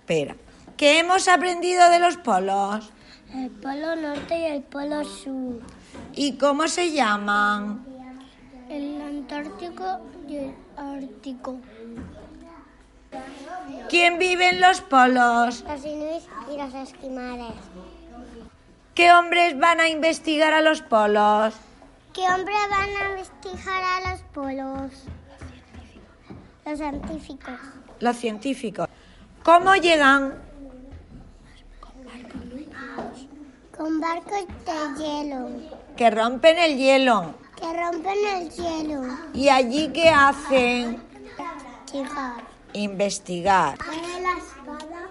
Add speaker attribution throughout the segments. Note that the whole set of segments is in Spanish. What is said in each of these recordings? Speaker 1: Espera. ¿Qué hemos aprendido de los polos?
Speaker 2: El polo norte y el polo sur.
Speaker 1: ¿Y cómo se llaman?
Speaker 2: El antártico y el ártico.
Speaker 1: ¿Quién vive en los polos?
Speaker 2: Los inuits y los esquimales.
Speaker 1: ¿Qué hombres van a investigar a los polos?
Speaker 2: ¿Qué hombre van a investigar a los polos? Los científicos.
Speaker 1: Los científicos. ¿Cómo llegan?
Speaker 2: Con barcos de hielo.
Speaker 1: Que rompen el hielo.
Speaker 2: Que rompen el hielo.
Speaker 1: ¿Y allí qué hacen?
Speaker 2: Chicos.
Speaker 1: Investigar.
Speaker 2: Para la espada.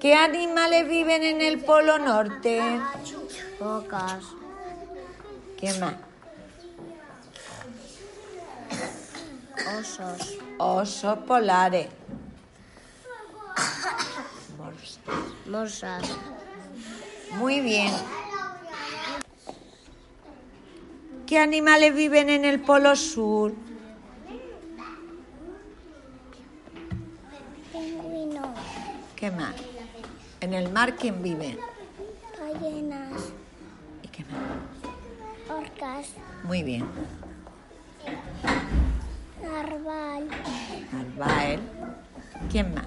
Speaker 1: ¿Qué animales viven en el Polo Norte?
Speaker 2: Pocas.
Speaker 1: ¿Qué más?
Speaker 2: Osos.
Speaker 1: Osos polares.
Speaker 2: Morsas.
Speaker 1: Muy bien. ¿Qué animales viven en el Polo Sur?
Speaker 2: Pingüinos.
Speaker 1: ¿Qué más? En el mar, ¿quién vive?
Speaker 2: Ballenas.
Speaker 1: ¿Y qué más?
Speaker 2: Orcas.
Speaker 1: Muy bien.
Speaker 2: Narval.
Speaker 1: Narváez. ¿Quién más?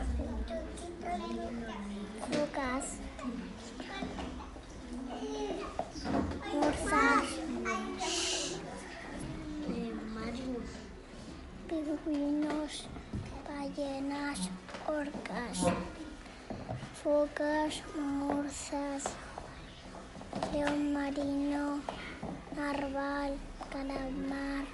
Speaker 2: Lucas. Morsas. Pingüinos. Ballenas. Orcas. Focas. Morsas. León marino. Narval. Calamar.